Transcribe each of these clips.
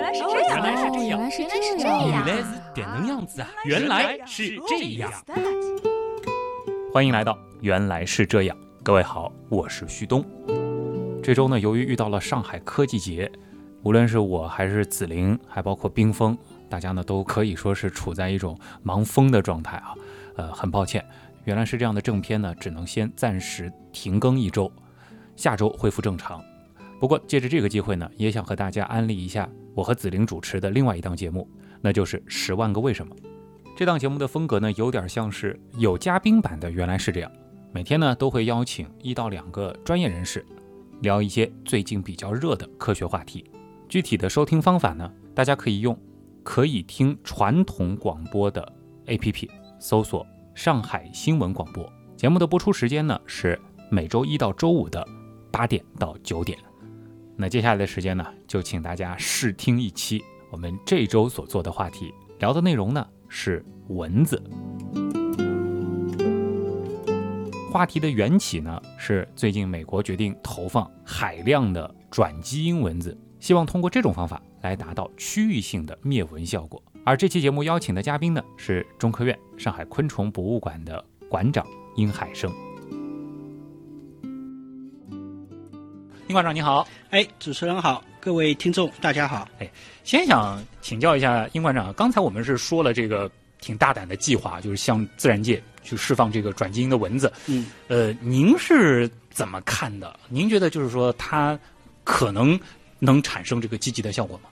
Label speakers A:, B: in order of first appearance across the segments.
A: 来是
B: 哦
A: 这
B: 原
A: 样，
B: 来是这
C: 哦
B: 样
C: 原来
A: 原来
C: 是
A: 是
C: 这
A: 这
C: 样。
A: 样
B: 原来是这样子啊！原来是这样。
A: That
B: 欢迎来到《原来是这样》，各位好，我是旭东。这周呢，由于遇到了上海科技节，无论是我还是子菱，还包括冰峰，大家呢都可以说是处在一种忙疯的状态啊。呃，很抱歉，原来是这样的正片呢，只能先暂时停更一周，下周恢复正常。不过借着这个机会呢，也想和大家安利一下我和子菱主持的另外一档节目，那就是《十万个为什么》。这档节目的风格呢，有点像是有嘉宾版的《原来是这样》，每天呢都会邀请一到两个专业人士，聊一些最近比较热的科学话题。具体的收听方法呢，大家可以用可以听传统广播的 APP 搜索上海新闻广播。节目的播出时间呢是每周一到周五的八点到九点。那接下来的时间呢，就请大家试听一期我们这周所做的话题，聊的内容呢是蚊子。话题的缘起呢，是最近美国决定投放海量的转基因蚊子，希望通过这种方法来达到区域性的灭蚊效果。而这期节目邀请的嘉宾呢，是中科院上海昆虫博物馆的馆长殷海生。殷馆长你好，
D: 哎，主持人好，各位听众大家好。
B: 先想请教一下殷馆长，刚才我们是说了这个挺大胆的计划，就是向自然界去释放这个转基因的蚊子。
D: 嗯，
B: 呃，您是怎么看的？您觉得就是说它可能能产生这个积极的效果吗？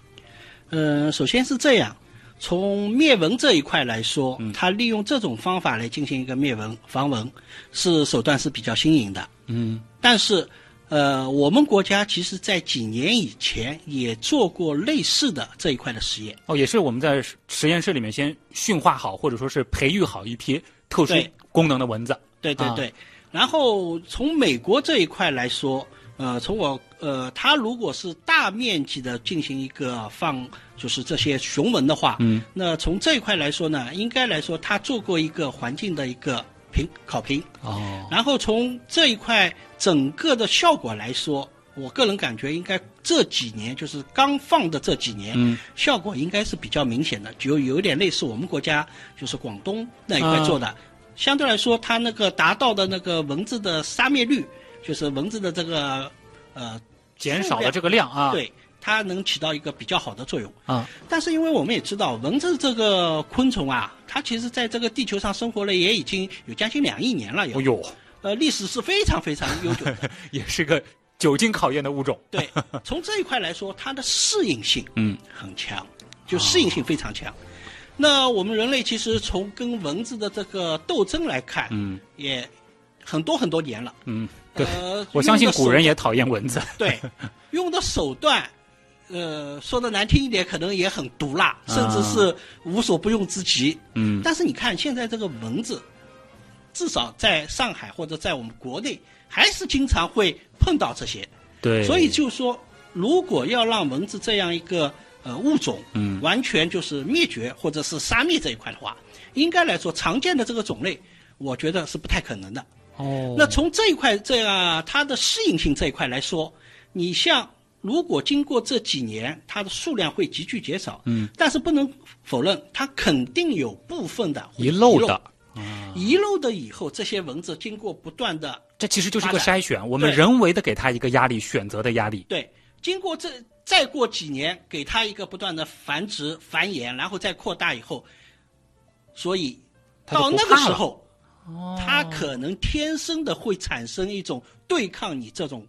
D: 呃，首先是这样，从灭蚊这一块来说，
B: 嗯
D: 它利用这种方法来进行一个灭蚊防蚊，是手段是比较新颖的。
B: 嗯
D: 但是，呃，我们国家其实在几年以前也做过类似的这一块的实验。
B: 哦，也是我们在实实验室里面先驯化好，或者说是培育好一批特殊
D: 对
B: 功能的蚊子。
D: 对对
B: 啊
D: 对。然后从美国这一块来说，呃，从我呃，它如果是大面积的进行一个放，就是这些雄蚊的话，
B: 嗯，
D: 那从这一块来说呢，应该来说它做过一个环境的一个评考评，
B: 哦，
D: 然后从这一块整个的效果来说。我个人感觉，应该这几年就是刚放的这几年，
B: 嗯
D: 效果应该是比较明显的，就有点类似我们国家就是广东那一块做的。
B: 啊
D: 相对来说，它那个达到的那个蚊子的杀灭率，就是蚊子的这个呃
B: 减少了这个量啊。
D: 对，它能起到一个比较好的作用。
B: 啊，
D: 但是因为我们也知道，蚊子这个昆虫啊，它其实在这个地球上生活了也已经有将近两亿年了，
B: 哦
D: 有
B: 呦，
D: 呃历史是非常非常 悠久的。
B: 也是个久经考验的物种。
D: 对，从这一块来说，它的适应性
B: 嗯
D: 很强，就适应性非常强。那我们人类其实从跟蚊子的这个斗争来看，
B: 嗯
D: 也很多很多年了。
B: 嗯，对，
D: 呃、
B: 我相信
D: 用的手
B: 古人也讨厌蚊子。
D: 对，用的手段，呃，说的难听一点，可能也很毒辣，
B: 啊
D: 甚至是无所不用之极。
B: 嗯
D: 但是你看现在这个蚊子，至少在上海或者在我们国内，还是经常会碰到这些。
B: 对，
D: 所以就说，如果要让蚊子这样一个呃物种，
B: 嗯
D: 完全就是灭绝或者是杀灭这一块的话，应该来说常见的这个种类，我觉得是不太可能的。
B: 哦，
D: 那从这一块这个它的适应性这一块来说，你像如果经过这几年，它的数量会急剧减少，
B: 嗯，
D: 但是不能否认，它肯定有部分的会
B: 遗漏的。
D: 遗漏的以后，这些蚊子经过不断的
B: 这其实就是一个
D: 发展
B: 筛选，我们
D: 对
B: 人为的给他一个压力，选择的压力。
D: 对，经过这再过几年，给它一个不断的繁殖繁衍，然后再扩大以后，所以
B: 它就
D: 到
B: 不
D: 那个
B: 怕
D: 时
B: 了哦
D: 候，它可能天生的会产生一种对抗你这种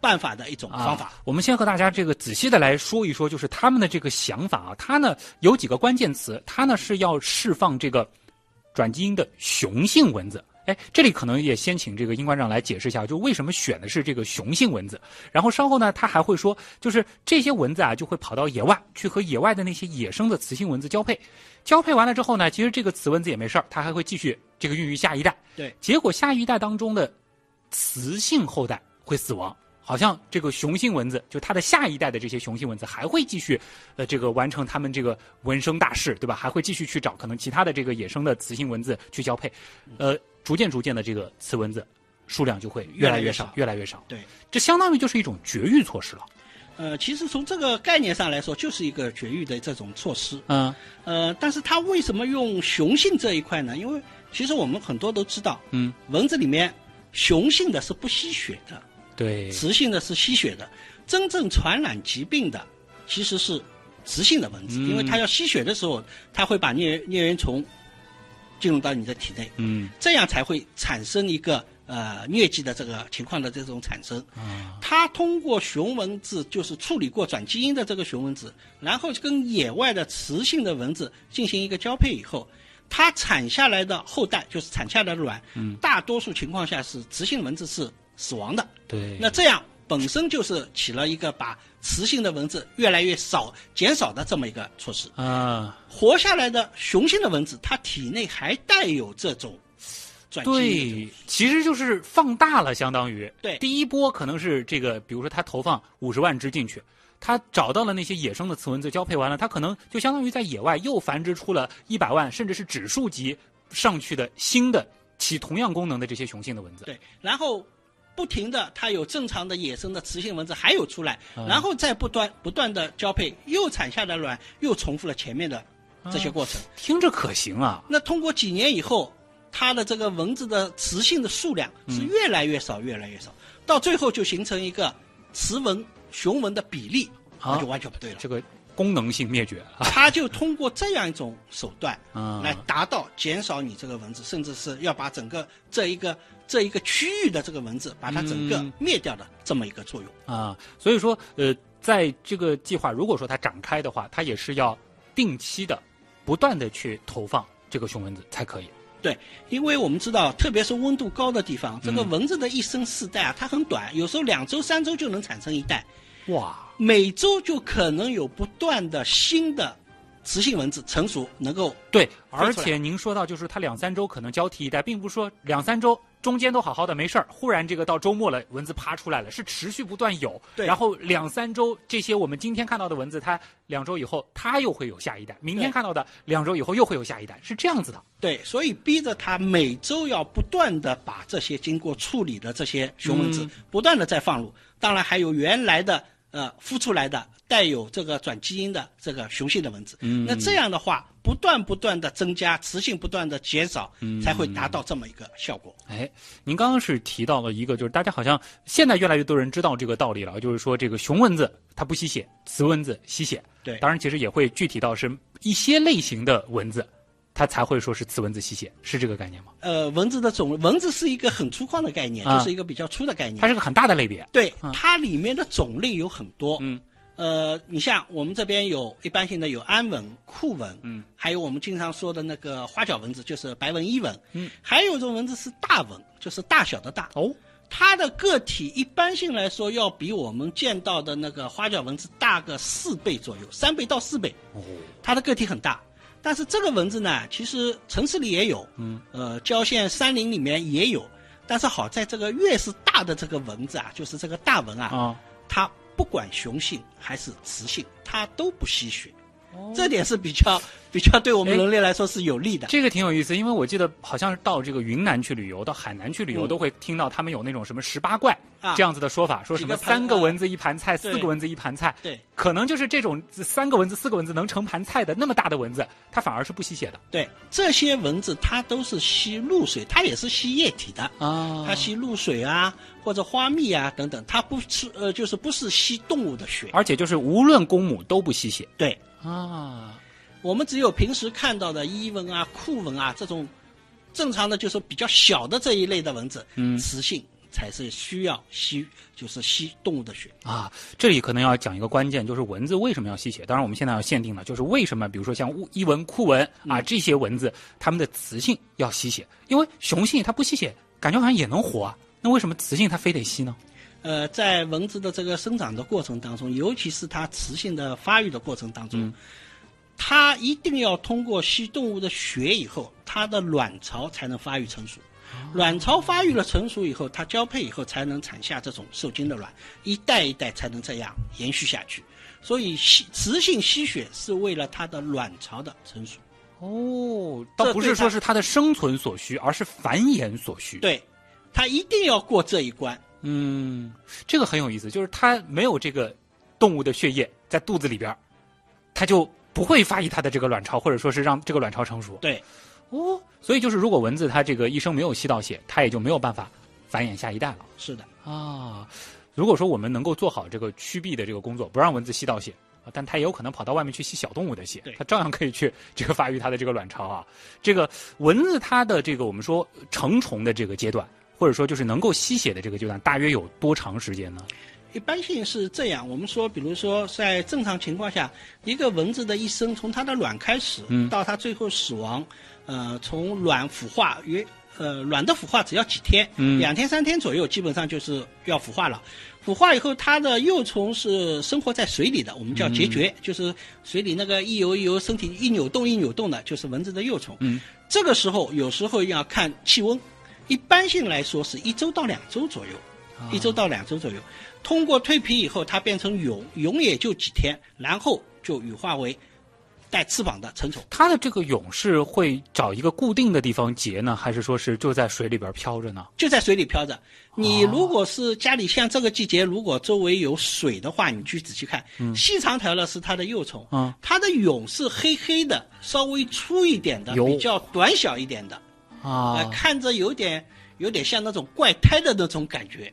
D: 办法的一种方法。
B: 啊，我们先和大家这个仔细的来说一说，就是他们的这个想法啊，它呢有几个关键词，它呢是要释放这个转基因的雄性蚊子。哎，这里可能也先请这个殷馆长来解释一下，就为什么选的是这个雄性蚊子。然后稍后呢，他还会说，就是这些蚊子啊，就会跑到野外去和野外的那些野生的雌性蚊子交配。交配完了之后呢，其实这个雌蚊子也没事儿，它还会继续这个孕育下一代。
D: 对，
B: 结果下一代当中的雌性后代会死亡。好像这个雄性蚊子，就它的下一代的这些雄性蚊子还会继续，呃，这个完成他们这个蚊生大事，对吧？还会继续去找可能其他的这个野生的雌性蚊子去交配，呃，逐渐逐渐的这个雌蚊子数量就会越来越少，越来越少。
D: 对，
B: 这相当于就是一种绝育措施了。
D: 呃，其实从这个概念上来说，就是一个绝育的这种措施。
B: 嗯
D: 呃，但是它为什么用雄性这一块呢？因为其实我们很多都知道，
B: 嗯，
D: 蚊子里面雄性的是不吸血的，
B: 对，
D: 雌性的是吸血的。真正传染疾病的其实是雌性的蚊子，因为它要吸血的时候，它会把疟疟原虫进入到你的体内，
B: 嗯
D: 这样才会产生一个呃疟疾的这个情况的这种产生。
B: 啊
D: 它通过雄蚊子，就是处理过转基因的这个雄蚊子，然后跟野外的雌性的蚊子进行一个交配以后，它产下来的后代，就是产下来的卵，大多数情况下是雌性蚊子是死亡的。
B: 对，
D: 那这样本身就是起了一个把雌性的蚊子越来越少、减少的这么一个措施。
B: 啊
D: 活下来的雄性的蚊子，它体内还带有这种转基因的这种
B: 对，其实就是放大了，相当于
D: 对
B: 第一波可能是这个，比如说他投放五十万只进去。他找到了那些野生的雌蚊子，交配完了，他可能就相当于在野外又繁殖出了一百万，甚至是指数级上去的新的起同样功能的这些雄性的蚊子。
D: 对，然后不停的，它有正常的野生的雌性蚊子还有出来，然后再不断不断的交配，又产下的卵又重复了前面的这些过程。
B: 听着可行啊！
D: 那通过几年以后，它的这个蚊子的雌性的数量
B: 嗯
D: 是越来越少，越来越少，到最后就形成一个雌蚊雄蚊的比例，
B: 啊
D: 那就完全不对了。
B: 这个功能性灭绝啊，
D: 它就通过这样一种手段
B: 啊
D: 来达到减少你这个蚊子，甚至是要把整个这一个这一个区域的这个蚊子，把它整个
B: 嗯
D: 灭掉的这么一个作用。
B: 啊，所以说，呃，在这个计划如果说它展开的话，它也是要定期的、不断的去投放这个雄蚊子才可以。
D: 对，因为我们知道，特别是温度高的地方，这个
B: 嗯
D: 蚊子的一生世代啊，它很短，有时候两周、三周就能产生一代，
B: 哇，
D: 每周就可能有不断的新的雌性蚊子成熟，能够
B: 对，
D: 飞出来
B: 而且您说到就是它两三周可能交替一代，并不是说两三周中间都好好的没事儿，忽然这个到周末了，蚊子爬出来了，是持续不断有。
D: 对
B: 然后两三周这些我们今天看到的蚊子，它两周以后它又会有下一代，明天
D: 对
B: 看到的两周以后又会有下一代，是这样子的。
D: 对，所以逼着它每周要不断的把这些经过处理的这些雄蚊子、
B: 嗯
D: 不断的再放入，当然还有原来的呃孵出来的带有这个转基因的这个雄性的蚊子。
B: 嗯
D: 那这样的话，不断不断的增加，雌性不断的减少，
B: 嗯
D: 才会达到这么一个效果。
B: 哎，您刚刚是提到了一个，就是大家好像现在越来越多人知道这个道理了，就是说这个雄蚊子它不吸血，雌蚊子吸血。
D: 对
B: 当然其实也会具体到是一些类型的蚊子，它才会说是雌蚊子吸血，是这个概念吗？
D: 呃，蚊子的种类，蚊子是一个很粗犷的概念，
B: 啊
D: 就是一个比较粗的概念。
B: 它是个很大的类别。
D: 对，它里面的种类有很多。
B: 嗯，
D: 呃，你像我们这边有一般性的有安蚊、库蚊，
B: 嗯，
D: 还有我们经常说的那个花脚蚊子，就是白纹伊蚊，
B: 嗯，
D: 还有一种蚊子是大蚊，就是大小的大，
B: 哦，
D: 它的个体一般性来说要比我们见到的那个花脚蚊子大个四倍左右，三倍到四倍。
B: 哦，
D: 它的个体很大。但是这个蚊子呢，其实城市里也有，嗯，呃，郊县山林里面也有。但是好在这个越是大的这个蚊子啊，就是这个大蚊啊，
B: 啊，
D: 它不管雄性还是雌性，它都不吸血。这点是比较 比较对我们
B: 哎
D: 人类来说是有利的。
B: 这个挺有意思，因为我记得好像是到这个云南去旅游，到海南去旅游，
D: 嗯
B: 都会听到他们有那种什么十八怪
D: 啊
B: 这样子的说法，说什么
D: 几个盘啊
B: 三个蚊子一盘菜，四
D: 对
B: 个蚊子一盘菜。
D: 对
B: 可能就是这种三个蚊子、四个蚊子能成盘菜的那么大的蚊子，它反而是不吸血的
D: 对，这些蚊子它都是吸露水，它也是吸液体的。
B: 啊
D: 它吸露水啊，或者花蜜啊等等，它不吃呃，就是不是吸动物的血。
B: 而且就是无论公母都不吸血
D: 对，
B: 啊。
D: 我们只有平时看到的伊蚊啊、库蚊啊这种正常的，就是比较小的这一类的蚊子，
B: 嗯
D: 雌性才是需要吸，就是吸动物的血。
B: 啊，这里可能要讲一个关键，就是蚊子为什么要吸血？当然，我们现在要限定了，就是为什么，比如说像乌伊蚊、库蚊啊这些蚊子，它们的雌性要吸血，因为雄性它不吸血，感觉好像也能活啊。那为什么雌性它非得吸呢？
D: 呃，在蚊子的这个生长的过程当中，尤其是它雌性的发育的过程当中，它一定要通过吸动物的血以后，它的卵巢才能发育成熟。卵巢发育了成熟以后，它交配以后才能产下这种受精的卵，一代一代才能这样延续下去。所以吸雌性吸血是为了它的卵巢的成熟。
B: 哦，倒
D: 这
B: 不
D: 对
B: 是说
D: 它
B: 是它的生存所需，而是繁衍所需。
D: 对，它一定要过这一关。
B: 嗯，这个很有意思，就是它没有这个。动物的血液在肚子里边儿，它就不会发育它的这个卵巢，或者说是让这个卵巢成熟。
D: 对，
B: 哦，所以就是如果蚊子它这个一生没有吸到血，它也就没有办法繁衍下一代了。
D: 是的，
B: 啊，如果说我们能够做好这个驱避的这个工作，不让蚊子吸到血，啊但它也有可能跑到外面去吸小动物的血
D: 对，
B: 它照样可以去这个发育它的这个卵巢啊。这个蚊子它的这个我们说成虫的这个阶段，或者说就是能够吸血的这个阶段，大约有多长时间呢？
D: 一般性是这样。我们说，比如说在正常情况下，一个蚊子的一生从它的卵开始
B: 嗯
D: 到它最后死亡，呃，从卵孵化约。呃，卵的孵化只要几天，
B: 嗯
D: 两天三天左右，基本上就是要孵化了。孵化以后，它的幼虫是生活在水里的，我们叫孑
B: 嗯
D: 孓，就是水里那个一游一游，身体一扭动一扭动的，就是蚊子的幼虫。
B: 嗯，
D: 这个时候有时候要看气温，一般性来说是一周到两周左右，一周到两周左右。通过蜕皮以后，它变成蛹，蛹也就几天，然后就羽化为带翅膀的成虫。
B: 它的这个蛹是会找一个固定的地方结呢，还是说是就在水里边飘着呢？
D: 就在水里飘着。你
B: 哦
D: 如果是家里像这个季节，如果周围有水的话，你去仔细看，细长条的是它的幼虫，
B: 嗯
D: 它的蛹是黑黑的，稍微粗一点的，
B: 有
D: 比较短小一点的，
B: 啊
D: 呃，看着有点有点像那种怪胎的那种感觉，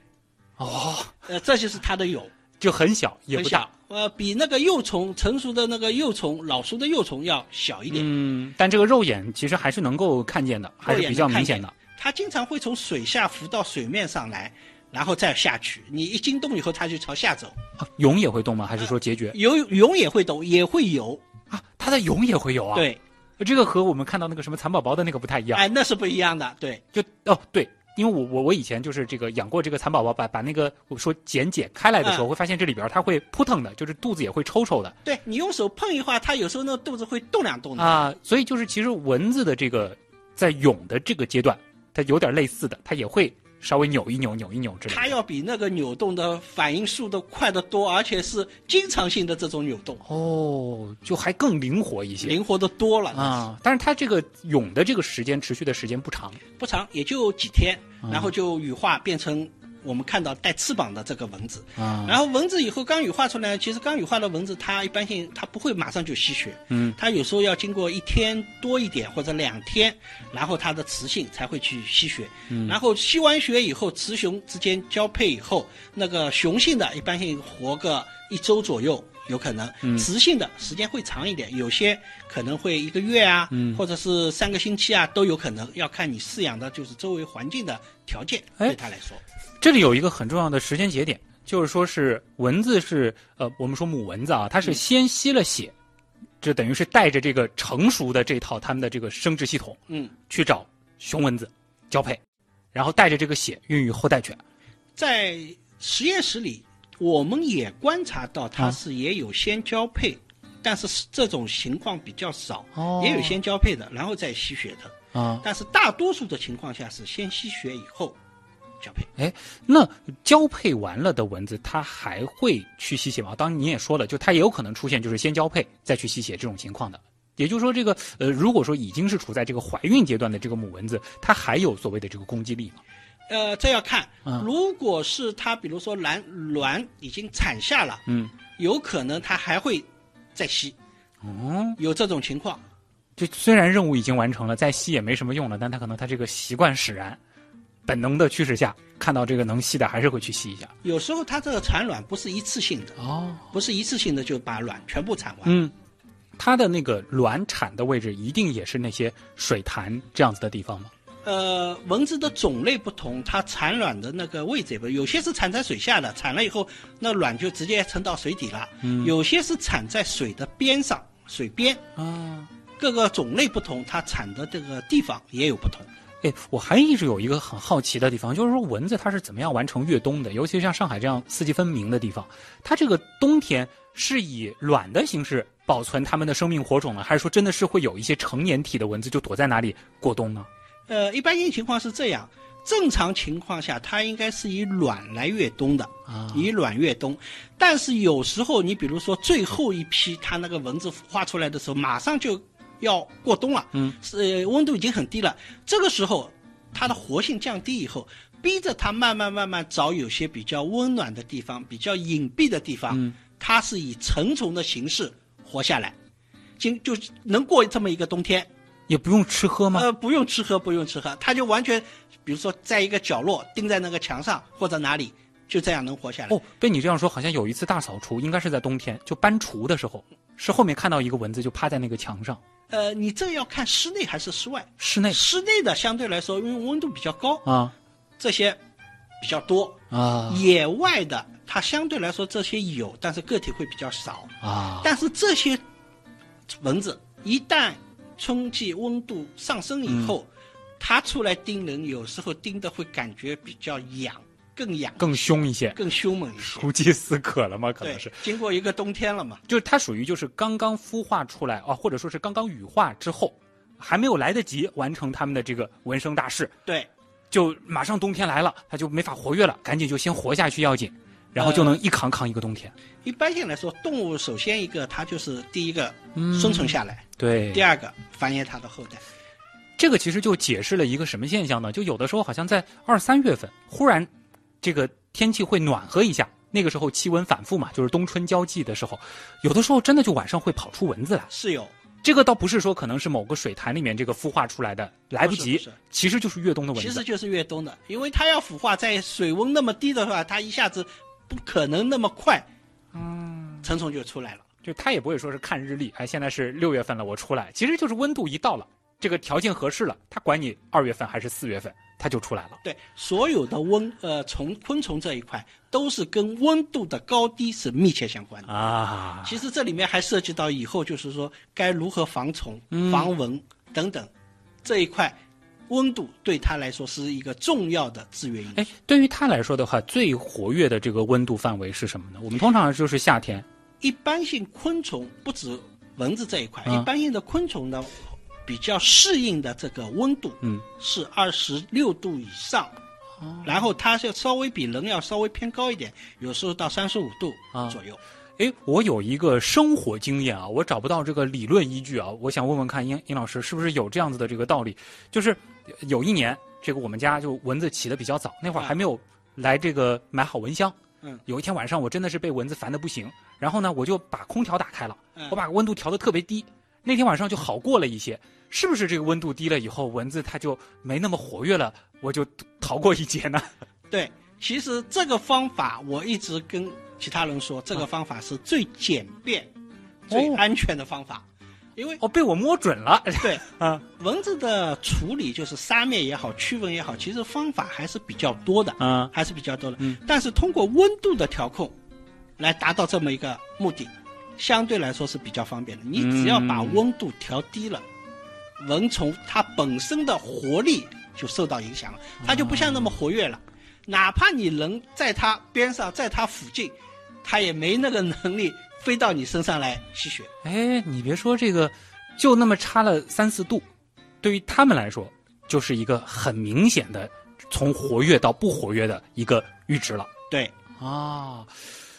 B: 哦，
D: 呃，这就是它的蛹，
B: 就很小，也
D: 很
B: 不
D: 小
B: 大。，
D: 呃，比那个幼虫成熟的那个幼虫、老熟的幼虫要小一点。
B: 嗯，但这个肉眼其实还是能够看见的，还是比较明显的。
D: 它经常会从水下浮到水面上来，然后再下去。你一惊动以后，它就朝下走。
B: 啊蛹也会动吗？还是说孑孓
D: 游泳也会抖，也会游，
B: 啊？它的蛹也会有啊？，
D: 对，
B: 这个和我们看到那个什么蚕宝宝的那个不太一样。
D: 哎，那是不一样的，对，
B: 就哦，对，因为我我我以前就是这个养过这个蚕宝宝，把把那个我说茧解开来的时候，
D: 嗯
B: 会发现这里边它会扑腾的，就是肚子也会抽抽的
D: 对你用手碰一会儿，它有时候那肚子会动两动的，
B: 啊。所以就是其实蚊子的这个在蛹的这个阶段，它有点类似的，它也会稍微扭一扭、扭一扭之类的。
D: 它要比那个扭动的反应速度快得多，而且是经常性的这种扭动，
B: 哦，就还更灵活一些。
D: 灵活的多了，
B: 啊，但是它这个蛹的这个时间持续的时间不长，
D: 不长也就几天，
B: 嗯
D: 然后就羽化变成我们看到带翅膀的这个蚊子。
B: 啊
D: 然后蚊子以后刚羽化出来，其实刚羽化的蚊子，它一般性它不会马上就吸血，
B: 嗯，
D: 它有时候要经过一天多一点或者两天，然后它的雌性才会去吸血，嗯，然后吸完血以后，雌雄之间交配以后，那个雄性的一般性活个一周左右。有可能，
B: 嗯
D: 雌性的时间会长一点，有些可能会一个月啊，
B: 嗯
D: 或者是三个星期啊，都有可能，要看你饲养的就是周围环境的条件，
B: 哎
D: 对它来说，
B: 这里有一个很重要的时间节点，就是说是蚊子是呃，我们说母蚊子啊，它是先吸了血，这等于是带着这个成熟的这套它们的这个生殖系统
D: 嗯，
B: 去找雄蚊子交配，然后带着这个血孕育后代犬。
D: 在实验室里，我们也观察到它是也有先交配，但是这种情况比较少，
B: 哦
D: 也有先交配的，然后再吸血的。
B: 啊，
D: 但是大多数的情况下是先吸血以后交配。
B: 那交配完了的蚊子，它还会去吸血吗？当然你也说了，就它也有可能出现就是先交配再去吸血这种情况的。也就是说，这个呃，如果说已经是处在这个怀孕阶段的这个母蚊子，它还有所谓的这个攻击力吗？
D: 呃，这要看
B: 嗯，
D: 如果是它，比如说卵卵已经产下了，
B: 嗯，
D: 有可能它还会再吸，
B: 哦，
D: 有这种情况。
B: 就虽然任务已经完成了，再吸也没什么用了，但它可能它这个习惯使然，本能的驱使下，看到这个能吸的还是会去吸一下。
D: 有时候它这个产卵不是一次性的，
B: 哦，
D: 不是一次性的就把卵全部产完。
B: 嗯，它的那个卵产的位置一定也是那些水潭这样子的地方吗？
D: 呃，蚊子的种类不同，它产卵的那个位置也不，有些是产在水下的，产了以后那卵就直接沉到水底了；有些是产在水的边上，水边。
B: 啊，
D: 各个种类不同，它产的这个地方也有不同。
B: 哎，我还一直有一个很好奇的地方，就是说蚊子它是怎么样完成越冬的？尤其像上海这样四季分明的地方，它这个冬天是以卵的形式保存它们的生命火种呢，还是说真的是会有一些成年体的蚊子就躲在哪里过冬呢？
D: 呃，一般性情况是这样，正常情况下它应该是以卵来越冬的，
B: 啊
D: 以卵越冬。但是有时候你比如说最后一批它那个蚊子孵化出来的时候，马上就要过冬了，
B: 嗯，
D: 是、呃温度已经很低了，这个时候它的活性降低以后。逼着它慢慢慢慢找有些比较温暖的地方、比较隐蔽的地方，
B: 嗯
D: 它是以成虫的形式活下来，经就能过这么一个冬天。
B: 也不用吃喝吗？
D: 呃，不用吃喝，不用吃喝，它就完全，比如说在一个角落钉在那个墙上或者哪里，就这样能活下来。
B: 哦，被你这样说，好像有一次大扫除，应该是在冬天，就搬除的时候，是后面看到一个蚊子就趴在那个墙上，
D: 呃，你这要看室内还是室外。
B: 室内
D: 室内的相对来说，因为温度比较高，
B: 啊
D: 这些比较多。
B: 啊
D: 野外的它相对来说这些有，但是个体会比较少。
B: 啊！
D: 但是这些蚊子一旦春季温度上升以后，
B: 嗯
D: 它出来叮人，有时候叮的会感觉比较痒，更痒、
B: 更凶一些，
D: 更凶猛一些。
B: 如饥似渴了吗？可
D: 对
B: 能是，，
D: 经过一个冬天了嘛，
B: 就是它属于就是刚刚孵化出来啊，或者说是刚刚羽化之后，还没有来得及完成它们的这个闻声大事，
D: 对，
B: 就马上冬天来了，它就没法活跃了，赶紧就先活下去要紧，然后
D: 呃
B: 就能一扛扛一个冬天。
D: 一般性来说，动物首先一个它就是第一个生存下来，
B: 嗯对
D: 第二个繁衍它的后代。
B: 这个其实就解释了一个什么现象呢？就有的时候好像在二三月份，忽然这个天气会暖和一下，那个时候气温反复嘛，就是冬春交际的时候，有的时候真的就晚上会跑出蚊子来。
D: 是有，
B: 这个倒不是说可能是某个水潭里面这个孵化出来的，来
D: 不是
B: 及，
D: 不是
B: 其实就是越冬的蚊
D: 其
B: 子
D: 实。就是越冬的，因为它要腐化，在水温那么低的话，它一下子不可能那么快，嗯，成虫就出来了。
B: 就它也不会说是看日历，哎，现在是六月份了，我出来，其实就是温度一到了，这个条件合适了，它管你二月份还是四月份，它就出来了。
D: 对，所有的温呃虫昆虫这一块都是跟温度的高低是密切相关的。
B: 啊，
D: 其实这里面还涉及到以后就是说该如何防虫、
B: 嗯
D: 防蚊等等这一块，温度对它来说是一个重要的制约因素。
B: 哎，对于它来说的话，最活跃的这个温度范围是什么呢？我们通常就是夏天
D: 一般性昆虫不止蚊子这一块，
B: 嗯
D: 一般性的昆虫呢，比较适应的这个温度，
B: 嗯，哦
D: 是二十六度以上，然后它就稍微比人要稍微偏高一点，有时候到三十五度
B: 啊
D: 左右。
B: 哎，我有一个生活经验啊，我找不到这个理论依据啊，我想问问看殷殷老师是不是有这样子的这个道理？就是有一年，这个我们家就蚊子起的比较早，那会儿
D: 啊
B: 还没有来这个买好蚊香。
D: 嗯，
B: 有一天晚上我真的是被蚊子烦的不行，然后呢，我就把空调打开了，
D: 嗯
B: 我把温度调的特别低，那天晚上就好过了一些。是不是这个温度低了以后，蚊子它就没那么活跃了，我就逃过一劫呢？
D: 嗯对，其实这个方法我一直跟其他人说，这个方法是最简便、最安全的方法，因为
B: 啊哦，被我摸准了。
D: 对
B: 啊，
D: 蚊子的处理就是杀灭也好、驱蚊也好，其实方法还是比较多的。
B: 啊
D: 还是比较多的。
B: 嗯
D: 但是通过温度的调控，来达到这么一个目的，相对来说是比较方便的。你只要把温度调低了，蚊虫它本身的活力就受到影响了，它就不像那么活跃了。哪怕你人在它边上，在它附近，它也没那个能力飞到你身上来吸血。
B: 哎，你别说这个，就那么差了三四度，对于他们来说，就是一个很明显的从活跃到不活跃的一个阈值了
D: 对，
B: 啊。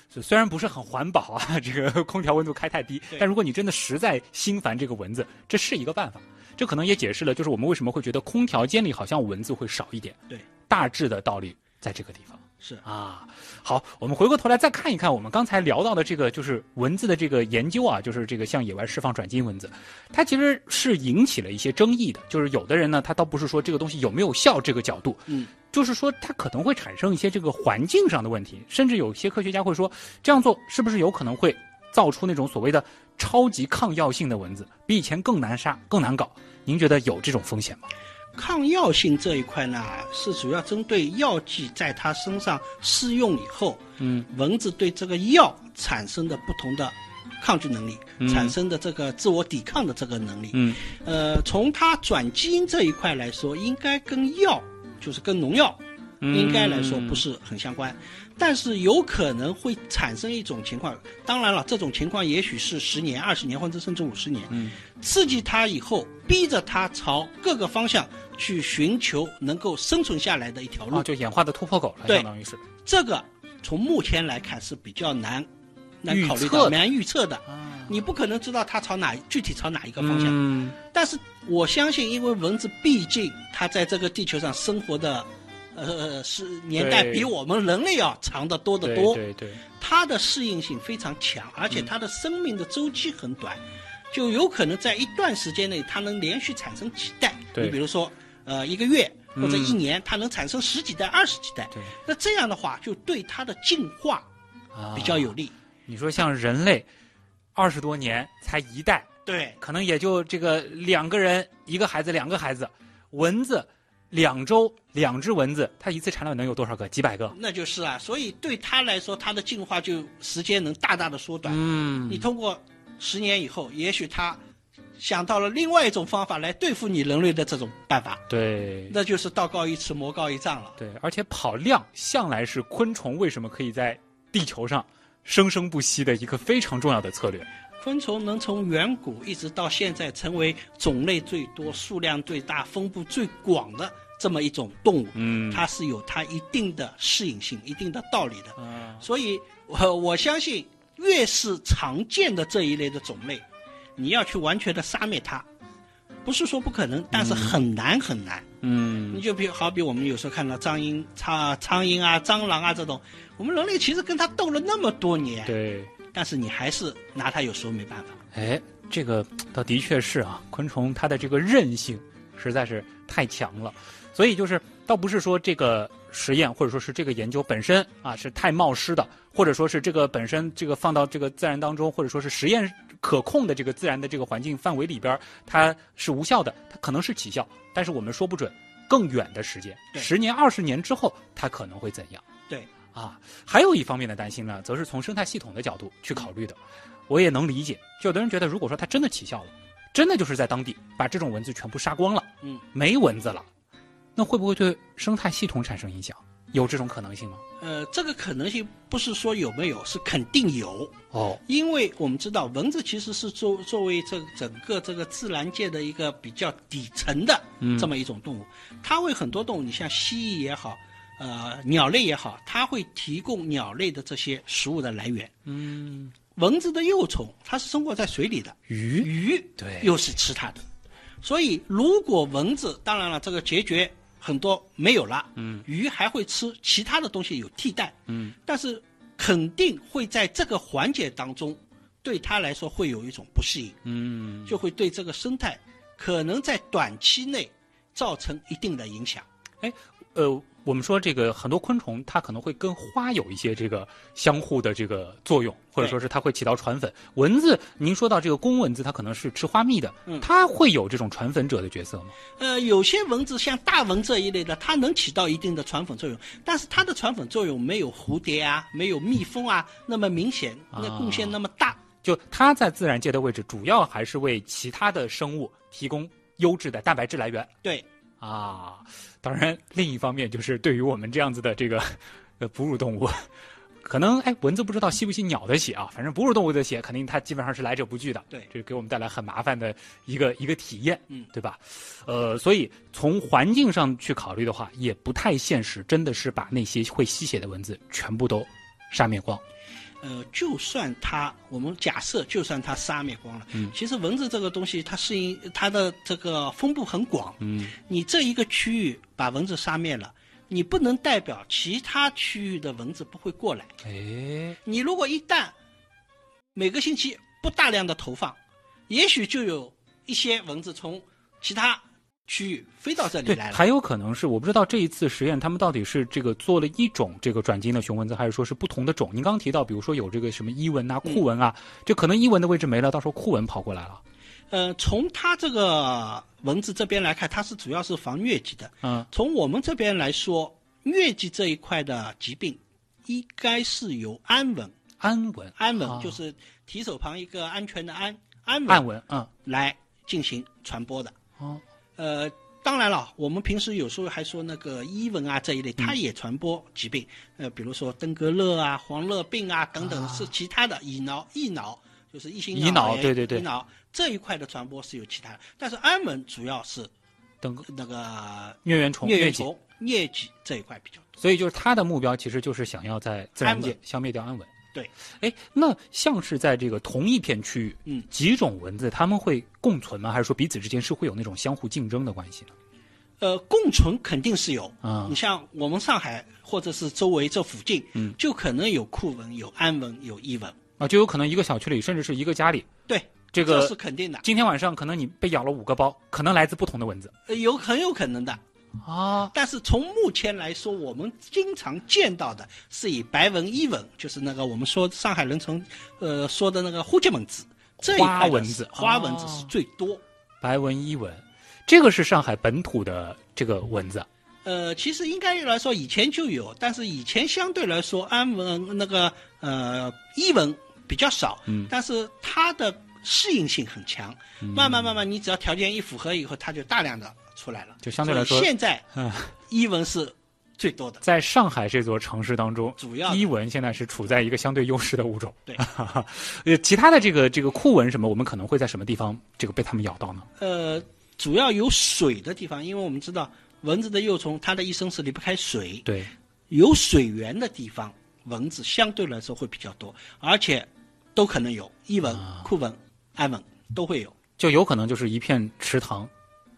B: 虽虽然不是很环保啊， 这个空调温度开太低，
D: 对
B: 但如果你真的实在心烦这个蚊子，这是一个办法。这可能也解释了，就是我们为什么会觉得空调间里好像蚊子会少一点。
D: 对，
B: 大致的道理在这个地方。
D: 是
B: 啊，好，我们回过头来再看一看我们刚才聊到的这个，就是蚊子的这个研究啊，就是这个向野外释放转基因蚊子，它其实是引起了一些争议的。就是有的人呢，他倒不是说这个东西有没有效这个角度，
D: 嗯，
B: 就是说它可能会产生一些这个环境上的问题，甚至有些科学家会说，这样做是不是有可能会造出那种所谓的超级抗药性的蚊子，比以前更难杀、更难搞？您觉得有这种风险吗？
D: 抗药性这一块呢，是主要针对药剂在它身上施用以后，
B: 嗯，
D: 蚊子对这个药产生的不同的抗拒能力，产生的这个自我抵抗的这个能力。
B: 嗯，
D: 呃，从它转基因这一块来说，应该跟药，就是跟农药，
B: 嗯
D: 应该来说不是很相关，但是有可能会产生一种情况。当然了，这种情况也许是十年、二十年，或者甚至五十年。
B: 嗯，
D: 刺激它以后，逼着它朝各个方向去寻求能够生存下来的一条路。
B: 啊，就演化的突破口了，
D: 哦对
B: 相当于是。
D: 这个从目前来看是比较难难考虑
B: 预测
D: 到、
B: 的
D: 难预测的。
B: 啊，
D: 你不可能知道它朝哪具体朝哪一个方向，
B: 嗯
D: 但是我相信，因为蚊子毕竟它在这个地球上生活的呃是年代
B: 对
D: 比我们人类要长得多得
B: 对
D: 多，
B: 对对，
D: 它的适应性非常强，而
B: 嗯
D: 且它的生命的周期很短，就有可能在一段时间内它能连续产生几代。
B: 对嗯
D: 你比如说，呃，一个月或者一年，它能产生十几代、二十几代
B: 对。
D: 那这样的话，就对它的进化
B: 啊
D: 比较有利。
B: 你说像人类，二十多年才一代，
D: 对
B: 可能也就这个两个人一个孩子两个孩子，蚊子两周两只蚊子，它一次产卵能有多少个？几百个？
D: 那就是啊，所以对它来说，它的进化就时间能大大的缩短。
B: 嗯
D: 你通过十年以后，也许它想到了另外一种方法来对付你人类的这种办法，
B: 对
D: 那就是道高一尺，魔高一丈了。
B: 对，而且跑量向来是昆虫为什么可以在地球上生生不息的一个非常重要的策略。
D: 昆虫能从远古一直到现在成为种类最多、数量最大、分布最广的这么一种动物，
B: 嗯
D: 它是有它一定的适应性、一定的道理的。
B: 啊，
D: 所以，我我相信，越是常见的这一类的种类，你要去完全的杀灭它，不是说不可能，但是很难很难。
B: 嗯
D: 你就比好比我们有时候看到苍蝇、苍苍蝇啊、蟑螂啊这种，我们人类其实跟它斗了那么多年，
B: 对，
D: 但是你还是拿它有时候没办法。
B: 哎，这个倒的确是啊，昆虫它的这个韧性实在是太强了，所以就是倒不是说这个实验或者说是这个研究本身啊是太冒失的，或者说是这个本身这个放到这个自然当中，或者说是实验可控的这个自然的这个环境范围里边儿，它是无效的，它可能是起效，但是我们说不准更远的时间，
D: 对
B: 十年二十年之后它可能会怎样。
D: 对
B: 啊，还有一方面的担心呢，则是从生态系统的角度去考虑的。我也能理解，就有的人觉得，如果说它真的起效了，真的就是在当地把这种蚊子全部杀光了，
D: 嗯，
B: 没蚊子了，那会不会对生态系统产生影响？有这种可能性吗？
D: 呃，这个可能性不是说有没有，是肯定有，
B: 哦，
D: 因为我们知道蚊子其实是作作为这整个这个自然界的一个比较底层的
B: 嗯
D: 这么一种动物，它为很多动物，你像蜥蜴也好，呃，鸟类也好，它会提供鸟类的这些食物的来源。
B: 嗯，
D: 蚊子的幼虫它是生活在水里的，
B: 鱼，
D: 鱼
B: 对
D: 又是吃它的，所以如果蚊子，当然了，这个解决很多没有了，嗯，鱼还会吃其他的东西有替代，嗯，但是肯定会在这个环节当中，对它来说会有一种不适应，
B: 嗯，
D: 就会对这个生态可能在短期内造成一定的影响。
B: 呃，我们说这个很多昆虫，它可能会跟花有一些这个相互的这个作用，或者
D: 对
B: 说是它会起到传粉。蚊子，您说到这个公蚊子，它可能是吃花蜜的，
D: 嗯
B: 它会有这种传粉者的角色吗？
D: 呃，有些蚊子像大蚊这一类的，它能起到一定的传粉作用，但是它的传粉作用没有蝴蝶啊，没有蜜蜂啊那么明显，那贡献那么大。
B: 就它在自然界的位置，主要还是为其他的生物提供优质的蛋白质来源
D: 对，
B: 啊。当然，另一方面就是对于我们这样子的这个 呃哺乳动物，可能哎蚊子不知道吸不吸鸟的血啊，反正哺乳动物的血肯定它基本上是来者不拒的。
D: 对
B: 这给我们带来很麻烦的一个一个体验，
D: 嗯
B: 对吧？呃，所以从环境上去考虑的话，也不太现实，真的是把那些会吸血的蚊子全部都杀灭光。
D: 呃，就算它，我们假设就算它杀灭光了，嗯，其实蚊子这个东西，它适应它的这个分布很广，
B: 嗯，
D: 你这一个区域把蚊子杀灭了，你不能代表其他区域的蚊子不会过来。
B: 哎，
D: 你如果一旦每个星期不大量的投放，也许就有一些蚊子从其他区域飞到这里
B: 对，
D: 来了。
B: 还有可能是我不知道这一次实验他们到底是这个做了一种这个转基因的雄蚊子，还是说是不同的种。您刚提到，比如说有这个什么伊蚊啊、
D: 嗯
B: 库蚊啊，这可能伊蚊的位置没了，到时候库蚊跑过来了。
D: 呃，从它这个蚊子这边来看，它是主要是防疟疾的。
B: 嗯，
D: 从我们这边来说，疟疾这一块的疾病，应该是由安蚊，
B: 安蚊、
D: 安蚊
B: 啊
D: 就是提手旁一个安全的安，安
B: 暗
D: 蚊
B: 蚊，嗯，
D: 来进行传播的。
B: 哦，
D: 呃，当然了，我们平时有时候还说那个伊蚊啊这一类，
B: 嗯
D: 它也传播疾病，呃，比如说登革热啊、黄热病啊等等，是其他的乙挠、乙挠，就是异型
B: 乙
D: 脑
B: 脑
D: 炎、
B: 对对对
D: 乙挠这一块的传播是有其他的，但是安蚊主要是
B: 等个
D: 那个
B: 疟原虫、
D: 疟
B: 疟
D: 原
B: 疾，
D: 虫、疟疾这一块比较多。
B: 所以就是它的目标其实就是想要在自然
D: 安
B: 界
D: 蚊
B: 消灭掉安蚊。
D: 对，
B: 哎，那像是在这个同一片区域，
D: 嗯
B: 几种蚊子它们会共存吗？还是说彼此之间是会有那种相互竞争的关系呢？
D: 呃，共存肯定是有。
B: 啊
D: 你像我们上海或者是周围这附近，
B: 嗯
D: 就可能有库文、有安文、有伊文，
B: 啊，就有可能一个小区里，甚至是一个家里，
D: 对，
B: 这
D: 这
B: 个
D: 是肯定的，
B: 今天晚上可能你被咬了五个包，可能来自不同的蚊子
D: 呃有很有可能的。
B: 啊。
D: 但是从目前来说，我们经常见到的是以白纹、伊蚊，就是那个我们说上海人从呃说的那个呼吸蚊子这一块
B: 花
D: 的
B: 蚊
D: 是
B: 子
D: 花蚊子
B: 哦
D: 是最多。
B: 白纹伊蚊，这个是上海本土的这个蚊子
D: 呃，其实应该来说以前就有，但是以前相对来说安文那个呃伊蚊比较少，
B: 嗯
D: 但是它的适应性很强，慢慢慢慢，你只要条件一符合以后，它就大量的出来了。
B: 就相对来说
D: 所以现在
B: 嗯
D: 伊蚊是最多的，
B: 在上海这座城市当中，
D: 主要的
B: 伊蚊现在是处在一个相对优势的物种。
D: 对，
B: 呃，其他的这个这个酷蚊什么，我们可能会在什么地方这个被它们咬到呢？
D: 呃，主要有水的地方，因为我们知道蚊子的幼虫，它的一生是离不开水，
B: 对，
D: 有水源的地方，蚊子相对来说会比较多，而且都可能有伊蚊、
B: 啊
D: 库蚊、安蚊都会有。
B: 就有可能就是一片池塘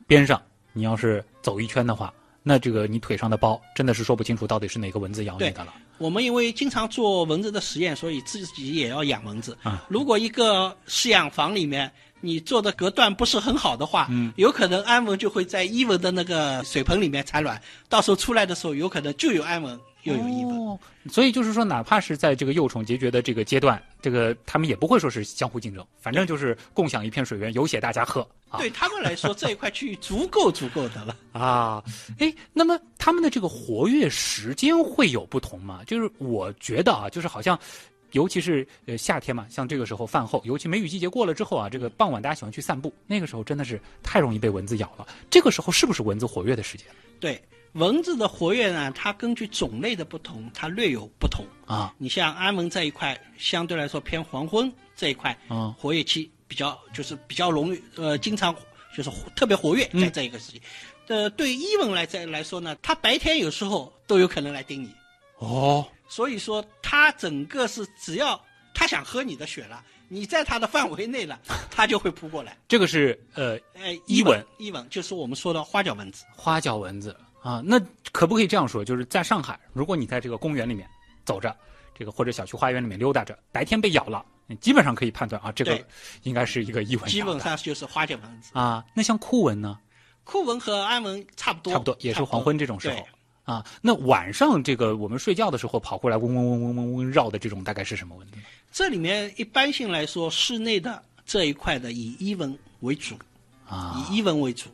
B: 边上，你要是走一圈的话，那这个你腿上的包真的是说不清楚到底是哪个蚊子咬你的了。
D: 我们因为经常做蚊子的实验，所以自己也要养蚊子。
B: 啊
D: 如果一个饲养房里面你做的隔断不是很好的话，
B: 嗯
D: 有可能安蚊就会在伊蚊的那个水盆里面产卵，到时候出来的时候有可能就有安蚊又有伊蚊。
B: 哦，所以就是说，哪怕是在这个幼虫结绝的这个阶段，这个他们也不会说是相互竞争，反正就是共享一片水源，有血大家喝啊
D: 对他们来说，这一块区域足够足够的了。
B: 啊！哎，那么他们的这个活跃时间会有不同吗？就是我觉得啊，就是好像。尤其是呃夏天嘛，像这个时候饭后，尤其梅雨季节过了之后啊，这个傍晚大家喜欢去散步，那个时候真的是太容易被蚊子咬了。这个时候是不是蚊子活跃的时间
D: 对蚊子的活跃呢，它根据种类的不同，它略有不同。
B: 啊？
D: 你像安蚊这一块，相对来说偏黄昏这一块，
B: 嗯
D: 活跃期比较就是比较容易，呃，经常就是活特别活跃
B: 嗯
D: 在这一个时期。呃，对于伊蚊来这来说呢，它白天有时候都有可能来叮你，
B: 哦，
D: 所以说它整个是只要它想喝你的血了，你在它的范围 内了，它就会扑过来。
B: 这个是呃
D: 哎，
B: 伊蚊
D: 蚊，伊蚊就是我们说的花脚蚊子。
B: 花脚蚊子啊，那可不可以这样说？就是在上海，如果你在这个公园里面走着，这个或者小区花园里面溜达着，白天被咬了，你基本上可以判断啊，这个
D: 对
B: 应该是一个异蚊
D: 基
B: 咬
D: 本
B: 的
D: 上就是花脚蚊子。
B: 啊。那像酷蚊呢，
D: 酷蚊和安蚊差不多，
B: 差不多也是黄昏这种时候
D: 对
B: 啊。那晚上这个我们睡觉的时候跑过来嗡嗡嗡嗡嗡嗡绕的这种，大概是什么蚊子呢？
D: 这里面一般性来说，室内的这一块的以伊蚊为主，
B: 啊，
D: 以伊蚊为主。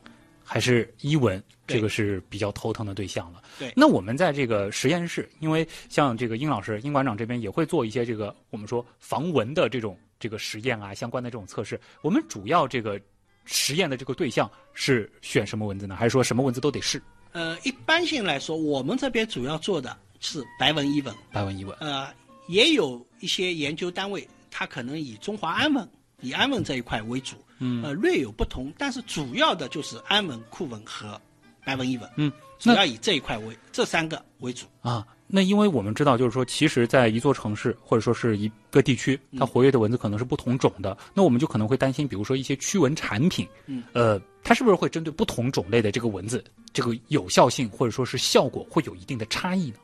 B: 还是伊蚊，
D: 对
B: 这个是比较头疼的对象了。
D: 对
B: 那我们在这个实验室，因为像这个殷老师、殷馆长这边也会做一些这个我们说防蚊的这种这个实验啊，相关的这种测试。我们主要这个实验的这个对象是选什么蚊子呢？还是说什么蚊子都得试？
D: 呃，一般性来说，我们这边主要做的是白纹伊蚊，
B: 白蚊、伊蚊
D: 呃，也有一些研究单位，它可能以中华安蚊、以安蚊这一块为主，嗯，呃，略有不同，但是主要的就是安蚊、酷蚊和白纹伊蚊，
B: 嗯，
D: 主
B: 那
D: 要以这一块为这三个为主。
B: 啊，那因为我们知道，就是说，其实，在一座城市或者说是一个地区，它活跃的蚊子可能是不同种的。那我们就可能会担心，比如说一些驱蚊产品，
D: 嗯，
B: 呃，它是不是会针对不同种类的这个蚊子，这个有效性或者说是效果会有一定的差异呢？